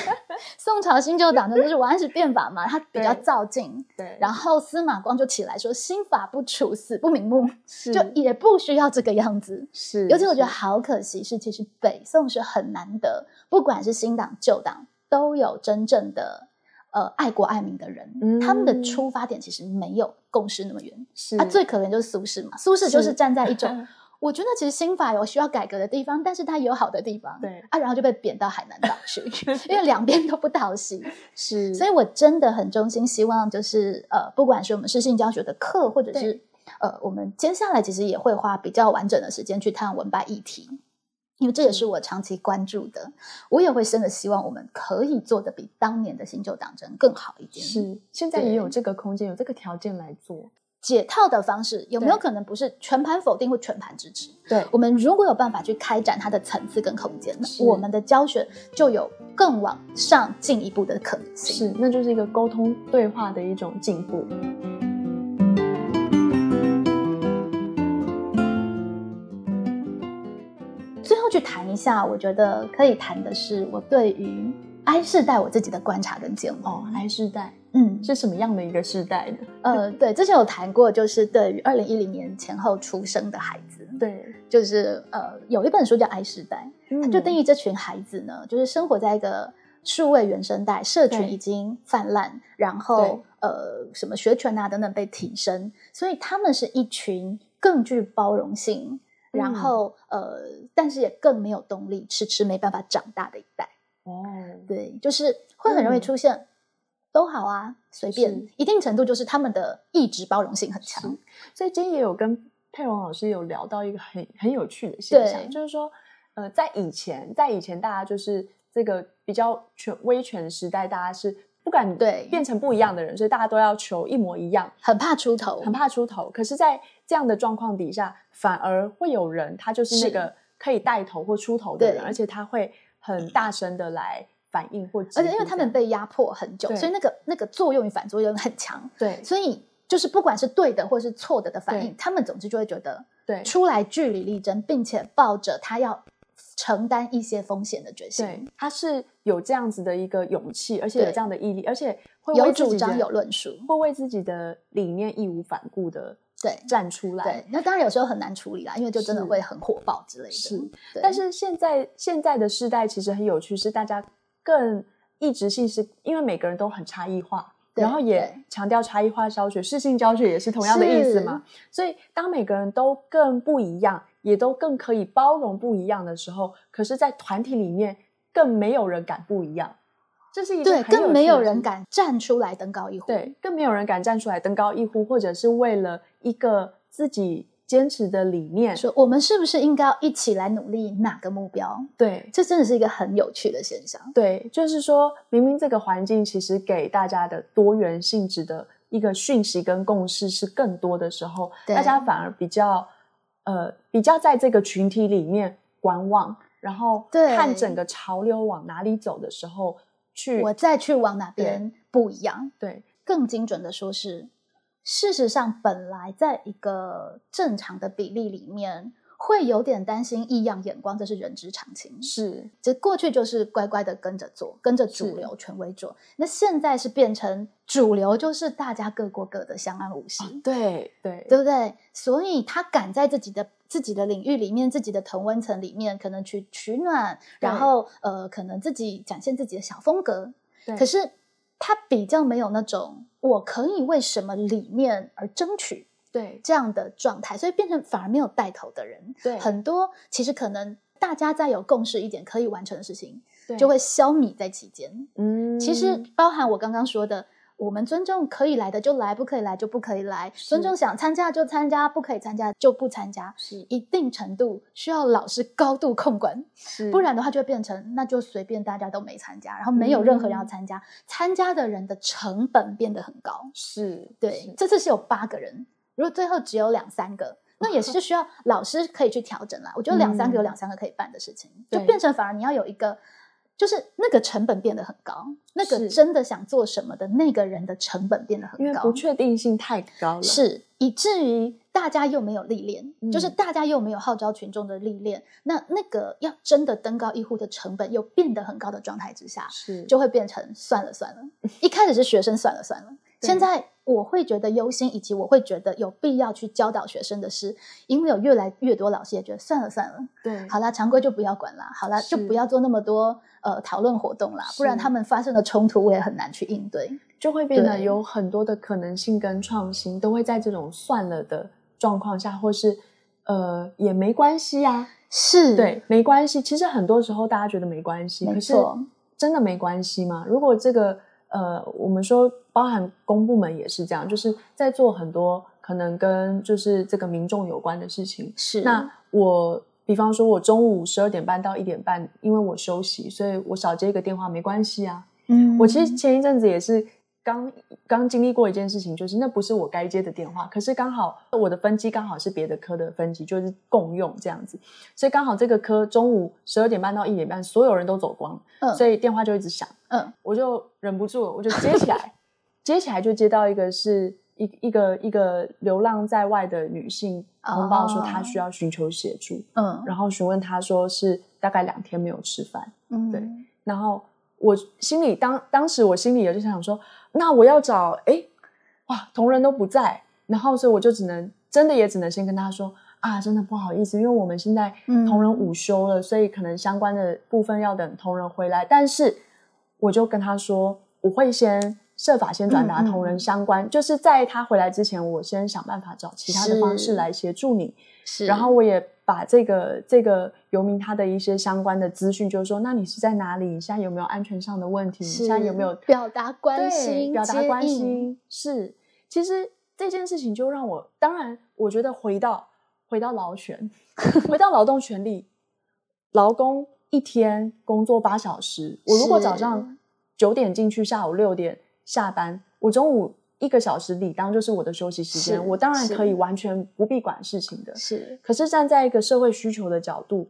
宋朝新旧党争就是王安石变法嘛，它比较
对
造进，
对，
然
后
后司马光就起来说：“新法不处，死不瞑目。”
是
就也不需要这个样子。
是，
尤其我觉得
是
好可惜是，其实北宋是很难得，不管是新党旧党，都有真正的呃爱国爱民的人。
嗯
他们的出发点其实没有共识那么远。
是
啊，最可怜就是苏轼嘛，苏轼就是
是
站在一 种。我觉得其实新法有需要改革的地方，但是它也有好的地方，
对
啊，然后就被贬到海南岛 去，因为两边都不讨喜。
是，
所以
以
我真的很衷心希望，就是呃，不管是我们视性教学的课，或者是
对
呃，我们接下来其实也会花比较完整的时间去探文白议题，因为这也是我长期关注的。我也会真的希望我们可以做的比当年的新旧党争更好一点。
是现在也
对
有这个空间，有这个条件来做，
解套的方式有没有
对
可能不是全盘否定或全盘支持？
对
我们如果有办法去开展它的层次跟空间，那
是
我们的教学就有更往上进一步的可能性。
是，那就是一个沟通对话的一种进步。
最后去谈一下，我觉得可以谈的是我对于 I 世代我自己的观察跟见闻。
哦，I 世代
嗯，
是什么样的一个世代呢？
呃，对，之前有谈过，就是对于二零一零年前后出生的孩子，
对，
就是呃，有一本书叫《I 世代》，
嗯
它就定义这群孩子呢，就是生活在一个数位原生代，社群
对
已经泛滥，然
对
后呃，什么学权啊等等被提升，所以他们是一群更具包容性，然
嗯
后、呃，但是也更没有动力，迟迟没办法长大的一代。
哦，
对，就是会很容易
嗯
出现、都好啊，随便
是，
一定程度就是他们的意志包容性很强。
所以今天也有跟佩蓉老师有聊到一个很很有趣的现象，
对
就是说，呃，在以前，在以前大家就是这个比较权威权时代，大家是不敢
对
变成不一样的人，所以大家都要求一模一样，
很怕出头，
很怕出头。可是，在这样的状况底下，反而会有人他就是那
是
个可以带头或出头的人，
对
而且他会很大声的来反应或疾
而
呼这样，
且因为他们被压迫很久，
对
所以那个那个作用与反作用很强，
对
所以就是不管是对的或是错的的反
对
应，他们总之就会觉得
对
出来据理力争，并且抱着他要承担一些风险的决
对
心，，
他是有这样子的一个勇气，而且有
对
这样的毅力，而且会为
有
自己
主
的
张有论述，
会为自己的理念义无反顾的
对
站出来。
对，那当然有时候很难处理啦，因为就真的
是
会很火爆之类的。
是
对，
但是现在现在的世代其实很有趣，是大家更一直性是因为每个人都很差异化。
对
然后也
对
强调差异化教学，适性教学也是同样的意思嘛。所以当每个人都更不一样，也都更可以包容不一样的时候，可是，在团体里面更没有人敢不一样，这是一件
对，
很
更没
趣的
有
事
人
情
敢站出来登高一呼。
对，更没有人敢站出来登高一呼，或者是为了一个自己坚持的理念。
说我们是不是应该要一起来努力哪个目标？
对
这真的是一个很有趣的现象。
对，就是说明明这个环境其实给大家的多元性质的一个讯息跟共识是更多的时候，
对
大家反而比较呃比较在这个群体里面观望，然后
对
看整个潮流往哪里走的时候去
我再去往哪边不一样？
对
更精准的说是，事实上本来在一个正常的比例里面，会有点担心异样眼光，这是人之常情。
是
这过去就是乖乖的跟着做，跟着
是
主流权威做。那现在是变成主流，就是大家各过各的，相安
啊
无事。
对对
对不对？所以他敢在自己的自己的领域里面、自己的同温层里面，可能去取暖，然
对
后呃，可能自己展现自己的小风格。
对
可是他比较没有那种我可以为什么理念而争取
对
这样的状态，所以变成反而没有带头的人。
对
很多其实可能大家再有共识一点可以完成的事情，
对
就会消弭在其间。
嗯，
其实包含我刚刚说的，我们尊重可以来的就来，不可以来就不可以来，尊重想参加就参加，不可以参加就不参加。
是
一定程度需要老师高度控管，
是
不然的话就会变成那就随便大家都没参加，然后没有任何人要
嗯
参加，参加的人的成本变得很高。
是
对，这次是有八个人，如果最后只有两三个，那也 是需要老师可以去调整啦。我觉得两三个有
嗯
两三个可以办的事情，
对
就变成反而你要有一个，就是那个成本变得很高，那
是
个真的想做什么的那个人的成本变得很
因为
高
不，确定性太高了，
是以至于大家又没有历练，就是
嗯
大家又没有号召群众的历练，那那个要真的登高一呼的成本又变得很高的状态之下，
是
就会变成算了算 了。一开始是学生算了算了，
对
现在我会觉得忧心，以及我会觉得有必要去教导学生的是，因为有越来越多老师也觉得算了算了，
对
好啦，常规就不要管啦，好啦，
是
就不要做那么多呃讨论活动啦，不然
是
他们发生的冲突我也很难去应对。
就会变得
对
有很多的可能性跟创新都会在这种算了的状况下，或是呃也没关系啊，
是，
对，没关系。其实很多时候大家觉得没关系，
没
可是
错
真的没关系吗？如果这个呃，我们说包含公部门也是这样，就是在做很多可能跟就是这个民众有关的事情，
是
那我比方说，我中午十二点半到一点半，因为我休息，所以我少接一个电话没关系啊。
嗯
我其实前一阵子也是刚刚经历过一件事情，就是那不是我该接的电话，可是刚好我的分机刚好是别的科的分机，就是共用这样子，所以刚好这个科中午十二点半到一点半，所有人都走光，
嗯
所以电话就一直响。
嗯
我就忍不住了，我就接起 来，接起来就接到一个是一一个一个流浪在外的女性通报说
哦
她需要寻求协助，
嗯
然后询问她说是大概两天没有吃饭，
嗯
对然后我心里当当时我心里也就想说，那我要找哎，哇，同仁都不在，然后所以我就只能真的也只能先跟他说啊，真的不好意思，因为我们现在
嗯
同仁午休了，所以可能相关的部分要等同仁回来，但是我就跟他说，我会先。设法先转达
嗯嗯
同仁相关，就是在他回来之前，我先想办法找其他的方
是
式来协助你。
是，
然后我也把这个这个游民他的一些相关的资讯，就是说，那你是在哪里？你现在有没有安全上的问题？你
是
现在有没有
表达关
对
心、
表达
接
关
应
心是，其实这件事情就让我，当然，我觉得回到回到 劳权，回到劳动权利，劳工一天工作八小时，我如果早
是
上九点进去，下午六点下班，我中午一个小时理当就是我的休息时间，
是
我当然
是
可以完全不必管事情的。
是
可是站在一个社会需求的角度，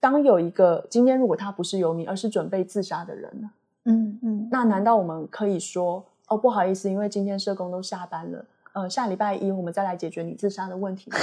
当有一个今天如果他不是游民，而是准备自杀的人呢，
嗯嗯，
那难道我们可以说哦不好意思，因为今天社工都下班了，呃下礼拜一我们再来解决你自杀的问题吗？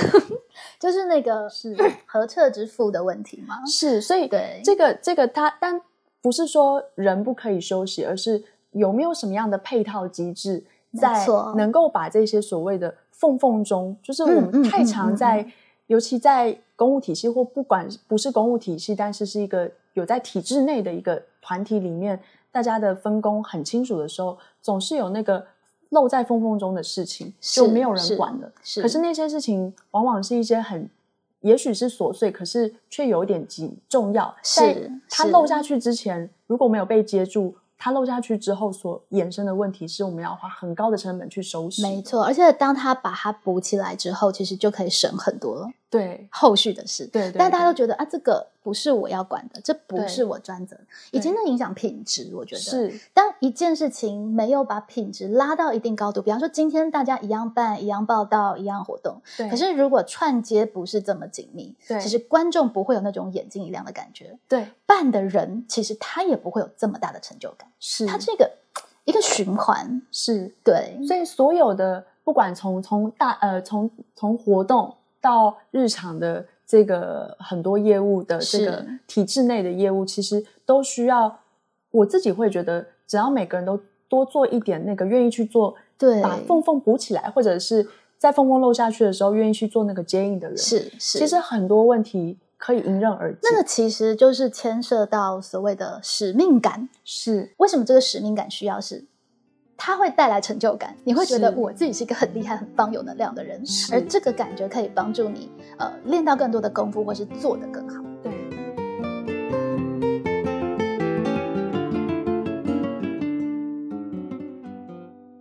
就是那个
是
核撤之父的问题吗？
是，所以
对
这个这个他，但不是说人不可以休息，而是有没有什么样的配套机制，
没
在
错
能够把这些所谓的缝缝中，就是我
嗯
们
嗯
太
嗯
常
嗯
在，尤其在公务体系或不管不是公务体系，但是是一个有在体制内的一个团体里面，大家的分工很清楚的时候，总是有那个漏在缝缝中的事情，就是没有人
是
管了。
是，
可是那些事情往往是一些很，也许是琐碎，可是却有点极重要。
是
在它
是
漏下去之前，如果没有被接住，它漏下去之后所衍生的问题，是我们要花很高的成本去收拾。
没，错，而且当他把它补起来之后，其实就可以省很多
对
后续的事。
对对。
但大家都
对
觉得啊，这个不是我要管的，这不
对
是我专责的，已经能影响品质。我觉得，
是
当一件事情没有把品质拉到一定高度，比方说今天大家一样办、一样报道、一样活动，
对，
可是如果串接不是这么紧密，
对
其实观众不会有那种眼睛一亮的感觉，
对
办的人其实他也不会有这么大的成就感。
是
它这个一个循环，
是，
对，
所以所有的不管从从大呃从从活动到日常的这个很多业务的这个
是
体制内的业务，其实都需要我自己会觉得，只要每个人都多做一点那个愿意去做，
对
把缝缝补起来，或者是在缝缝漏下去的时候愿意去做那个接应的人，
是是，
其实很多问题可以迎刃而解。
那个其实就是牵涉到所谓的使命感。
是
为什么这个使命感需要是？它会带来成就感，你会觉得
是
我自己是一个很厉害、很棒、有能量的人，
是
而这个感觉可以帮助你呃练到更多的功夫，或是做得更好。
对。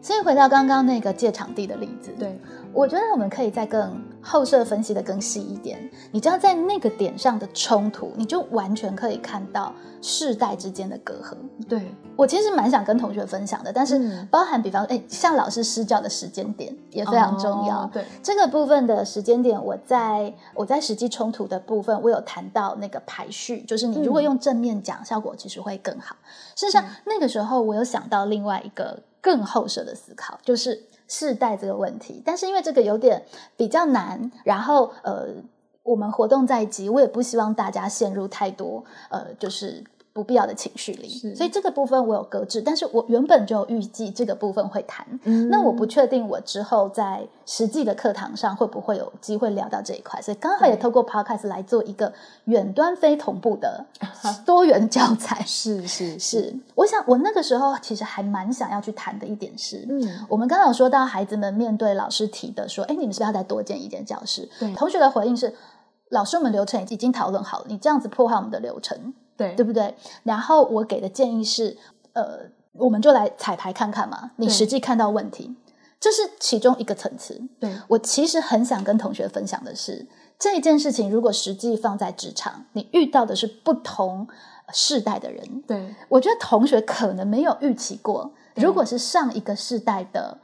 所以回到刚刚那个借场地的例子，
对，
我觉得我们可以再更后设分析的更细一点。你知道在那个点上的冲突，你就完全可以看到世代之间的隔阂。
对，
我其实蛮想跟同学分享的，但是
嗯
包含比方哎，像老师施教的时间点也非常重要。
哦对，
这个部分的时间点，我在我在实际冲突的部分，我有谈到那个排序，就是你如果
嗯
用正面讲，效果其实会更好。事实上
嗯，
那个时候我有想到另外一个更后设的思考，就是世代这个问题。但是因为这个有点比较难，然后呃，我们活动在即，我也不希望大家陷入太多呃，就是。不必要的情绪里，
是
所以这个部分我有搁置，但是我原本就有预计这个部分会谈，
嗯
那我不确定我之后在实际的课堂上会不会有机会聊到这一块，所以刚好也
对
透过 podcast 来做一个远端非同步 的多元教材。
是是
是，我想我那个时候其实还蛮想要去谈的一点是，
嗯，
我们刚刚有说到孩子们面对老师提的说，哎，你们是不是要再多建一间教室？
对
同学的回应是，老师，我们流程已经讨论好了，你这样子破坏我们的流程。
对
对不对？然后我给的建议是，呃，我们就来彩排看看嘛，你
对
实际看到问题，这是其中一个层次。
对，
我其实很想跟同学分享的是，这一件事情如果实际放在职场，你遇到的是不同呃世代的人，
对，
我觉得同学可能没有预期过，
对
如果是上一个世代的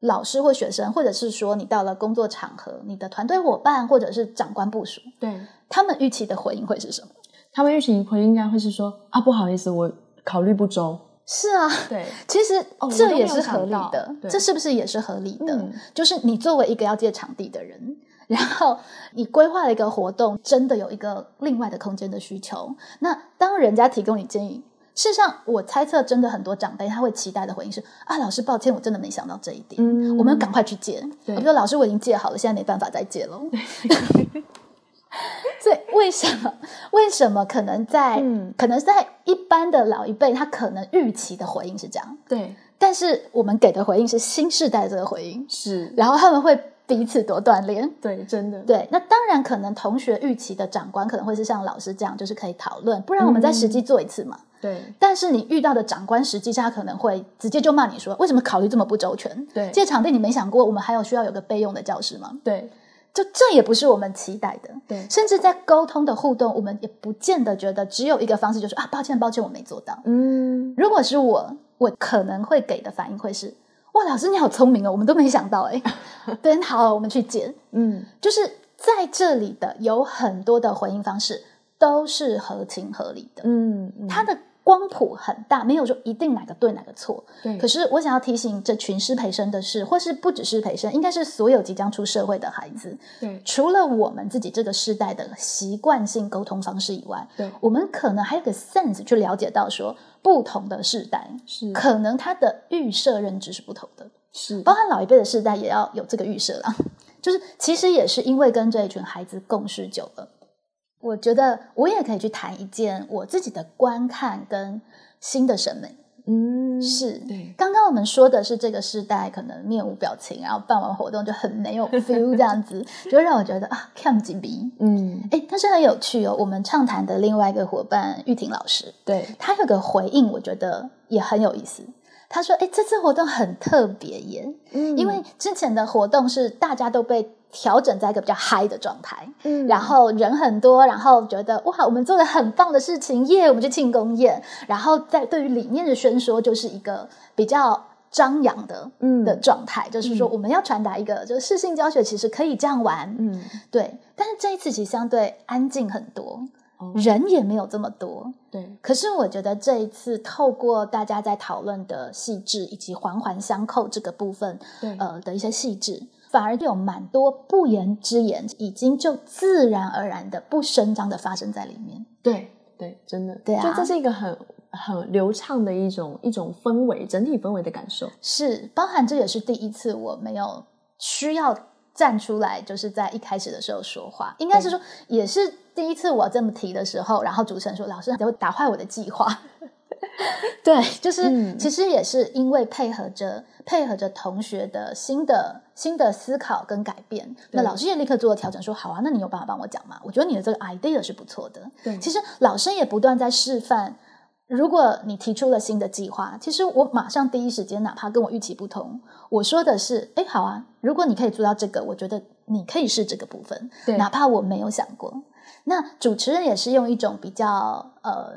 老师或学生，或者是说你到了工作场合，你的团队伙伴或者是长官部署，
对
他们预期的回应会是什么？
他们预期回应应该会是说啊，不好意思，我考虑不周。
是啊，
对
其实
哦我
这
都
也
没有
是
想
合理
到
的，
对
这是不是也是合理的？
嗯
就是你作为一个要借场地的人， 然后你规划了一个活动，真的有一个另外的空间的需求，那当人家提供你建议，事实上，我猜测真的很多长辈他会期待的回应是啊，老师，抱歉，我真的没想到这一点，
嗯
我们赶快去借。
对
我说老师，我已经借好了，现在没办法再借了。 所以为什么？为什么可能在、
嗯
可能在一般的老一辈，他可能预期的回应是这样，
对，
但是我们给的回应是新世代这个回应，
是，
然后他们会彼此多锻炼。
对，真的，
对，那当然可能同学预期的长官可能会是像老师这样，就是可以讨论，不然我们再实
嗯
际做一次嘛。
对，
但是你遇到的长官，实际上他可能会直接就骂你说，为什么考虑这么不周全？
对
这场地你没想过，我们还有需要有个备用的教室吗？
对，
就这也不是我们期待的。
对，
甚至在沟通的互动，我们也不见得觉得只有一个方式，就是啊，抱歉，抱歉，我没做到。
嗯，
如果是我，我可能会给的反应会是：哇，老师你好聪明哦，我们都没想到 哎、对，好，我们去捡。
嗯，
就是在这里的有很多的回应方式都是合情合理的，
嗯，嗯
它的光谱很大，没有说一定哪个对哪个错。
对，
可
是，
是我想要提醒这群师培生的是，或是不只是培生，应该是所有即将出社会的孩子，
对，
除了我们自己这个世代的习惯性沟通方式以外，
对，
我们可能还有个 sense 去了解到说，不同的世代
是，
可能他的预设认知是不同的。
是，
包含老一辈的世代也要有这个预设啦。 就是其实也是因为跟这一群孩子共事久了，我觉得我也可以去谈一件我自己的观看跟新的审美。
嗯，
是
对，
刚刚我们说的是这个世代可能面无表情，然后办完活动就很没有 feel 这样 子，就让我觉得啊看几鼻。
嗯，
哎，但是很有趣哦。我们畅谈的另外一个伙伴玉婷老师，
对，
她有个回应，我觉得也很有意思。她说：“哎，这次活动很特别耶，
嗯
因为之前的活动是大家都被调整在一个比较嗨的状态，
嗯
然后人很多，然后觉得哇，我们做了很棒的事情，耶，我们去庆功宴。然后在对于理念的宣说，就是一个比较张扬的
嗯
的状态，就是说
嗯
我们要传达一个，就是适性教学其实可以这样玩，
嗯，
对。但是这一次其实相对安静很多，
哦
人也没有这么多，
对，
可是我觉得这一次透过大家在讨论的细致，以及环环相扣这个部分，
对
呃的一些细致，反而有蛮多不言之言，已经就自然而然的不声张的发生在里面。
对，对，真的，
对啊
就这是一个很很流畅的一种一种氛围，整体氛围的感受。
是，包含这也是第一次我没有需要站出来，就是在一开始的时候说话，应该是说也是第一次我这么提的时候，然后主持人说老师，你会打坏我的计划。 对，就是、
嗯
其实也是因为配合着配合着同学的新的新的思考跟改变，那
对
老师也立刻做了调整，说好啊，那你有办法帮我讲吗？我觉得你的这个 idea 是不错的，
对
其实老师也不断在示范，如果你提出了新的计划，其实我马上第一时间，哪怕跟我预期不同，我说的是，哎，好啊，如果你可以做到这个，我觉得你可以是这个部分，
对
哪怕我没有想过。那主持人也是用一种比较呃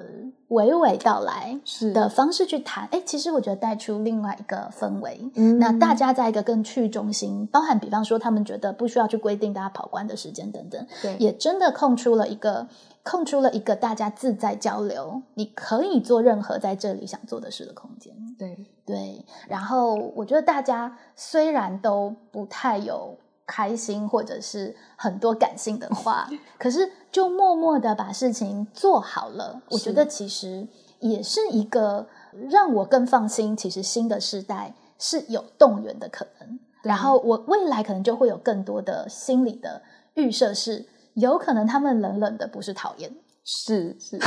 娓娓道来
是
的，方式去谈，哎，其实我觉得带出另外一个氛围，
嗯
那大家在一个更去中心，包含比方说他们觉得不需要去规定大家跑关的时间等等，
对
也真的空出了一个空出了一个大家自在交流，你可以做任何在这里想做的事的空间。
对，
对，然后我觉得大家虽然都不太有开心或者是很多感性的话，可是就默默的把事情做好了，我觉
是
得其实也是一个让我更放心。其实新的时代是有动员的可能，然
对
后我未来可能就会有更多的心理的预设是。有可能他们冷冷的不是讨厌，
是 是，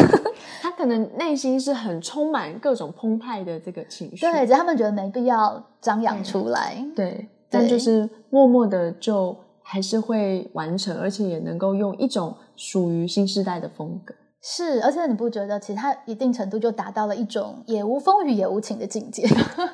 他可能内心是很充满各种澎湃的这个情绪，
对，只是他们觉得没必要张扬出来，
对，但就
对
是默默的就还是会完成，而且也能够用一种属于新时代的风格。
是，而且你不觉得，其实它一定程度就达到了一种也无风雨也无晴的境界，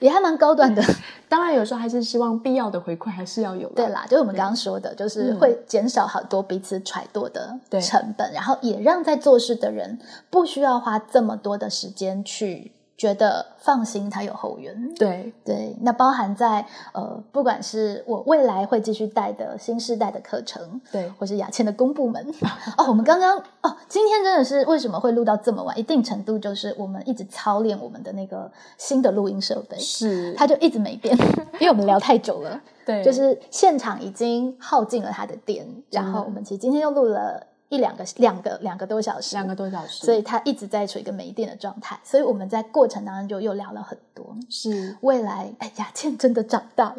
也还蛮高端
嗯
的。
当然，有时候还是希望必要的回馈还是要有的。
对啦，就是我们刚刚说的，就是
嗯
会减少好多彼此揣度的
对
成本，然后也让在做事的人不需要花这么多的时间去觉得放心，他有后援。
对
对，那包含在呃，不管是我未来会继续带的新时代的课程，
对
或是雅倩的公部门 哦，我们刚刚哦，今天真的是为什么会录到这么晚？一定程度就是我们一直操练我们的那个新的录音设备，
是，
它就一直没变， 因为我们聊太久了，
对
就是现场已经耗尽了它的电，然
真的
后我们其实今天又录了一两个两个两个多小时，
两个多小时，
所以它一直在处于一个没电的状态。所以我们在过程当中就又聊了很多。
是
未来，哎，雅倩真的长大了。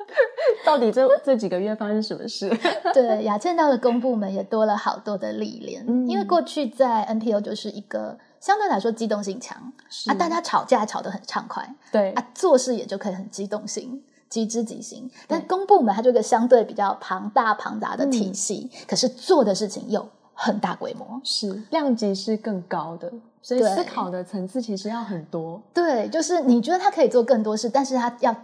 到底这这几个月发生什么事？
对，雅倩到了公部门也多了好多的历练，
嗯
因为过去在 NPO 就是一个相对来说机动性强
是
啊，大家吵架吵得很畅快
对
啊，做事也就可以很机动性。极之极行，但公部门它这个相对比较庞大庞杂的体系，可是做的事情又很大规模。
是量级是更高的，所以
对
思考的层次其实要很多。
对，就是你觉得他可以做更多事，但是他要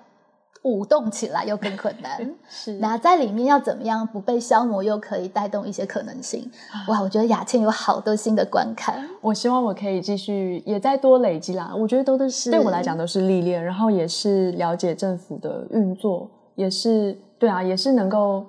舞动起来又更困 难。
是
那在里面要怎么样不被消磨，又可以带动一些可能性？哇，我觉得雅倩有好多新的观看。
我希望我可以继续，也再多累积啦。我觉得都是
是
对我来讲都是历练，然后也是了解政府的运作，也是对啊，也是能够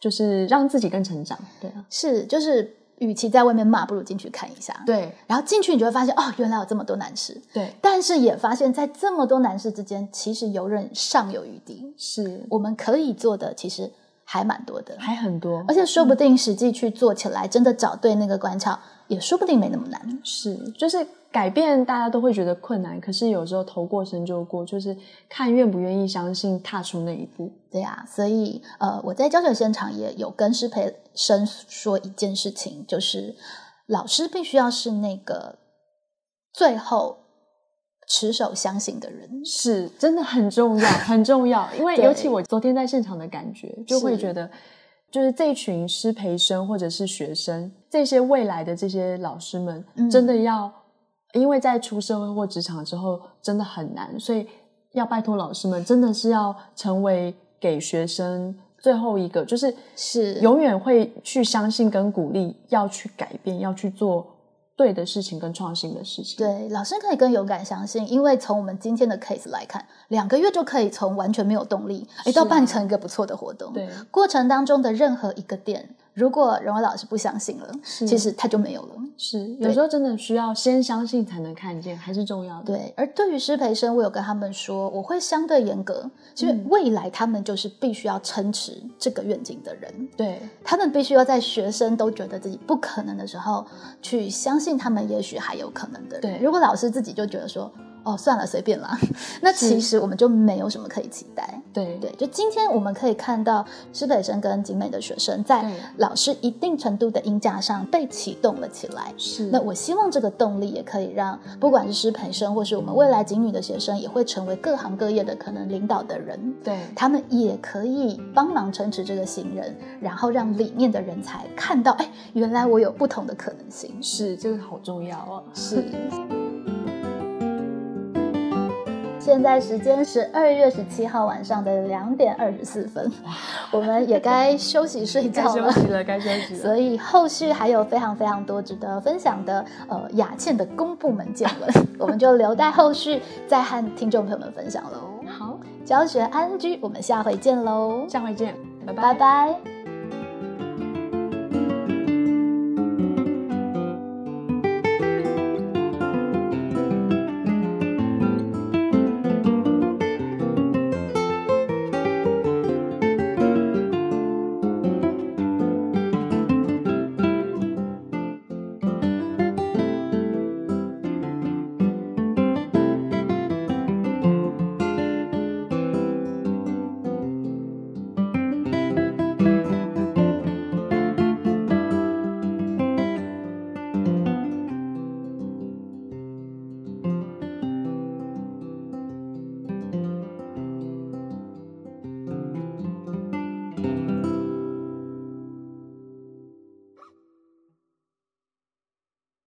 就是让自己更成长。对啊，
是，就是与其在外面骂，不如进去看一下。，
对
然后进去你就会发现，哦，原来有这么多难事。
对
但是也发现，在这么多难事之间，其实游刃尚有余地。
是，
我们可以做的其实还蛮多的，
还很多
而且说不定实际去做起来，真的找对那个关窍，也说不定没那么难。
是，就是改变大家都会觉得困难，可是有时候头过身就过，就是看愿不愿意相信踏出那一步。
对呀、所以呃，我在教学现场也有跟师培生说一件事情，就是老师必须要是那个最后持守相信的人。
是，真的很重 要，很重要。因为
对
尤其我昨天在现场的感觉，就是会觉得，就是这群师培生或者是学生，这些未来的这些老师们，
嗯
真的要，因为在出社会或职场之后，真的很难，所以要拜托老师们，真的是要成为给学生。最后一个就是
是
永远会去相信跟鼓励，要去改变，要去做对的事情跟创新的事情。
对，老师可以更勇敢相信，因为从我们今天的 case 来看，两个月就可以从完全没有动力，哎，
是啊
到办成一个不错的活动。
对，
过程当中的任何一个点，如果荣伟老师不相信了，
是嗯
其实他就没有了。
是，有
对
时候真的需要先相信才能看见，还是重要的。
对，而对于师培生，我有跟他们说，我会相对严格，是
嗯
因为未来他们就是必须要撑持这个愿景的人，
对
他们必须要在学生都觉得自己不可能的时候，去相信他们也许还有可能的人。
对
如果老师自己就觉得说，哦，算了， 随便啦，那其实我们就没有什么可以期待。
对
对，就今天我们可以看到师培生跟景美的学生在
对
老师一定程度的音架上被启动了起来，
是。
那我希望这个动力也可以让不管是师培生或是我们未来警女的学生，也会成为各行各业的可能领导的人，
对
他们也可以帮忙撑持这个行人，然后让里面的人才看到，哎，原来我有不同的可能性。
是这个好重要哦。
是。现在时间是二月十七号晚上的两点二十四分，我们也该休息睡
该
觉
休
了。
息了，该休息了。
所以后续还有非常非常多值得分享的，呃，雅倩的公部门见闻， 我们就留待后续再和听众朋友们分享喽。
好，
教学安居，我们下回见喽，
下回见，拜拜
拜拜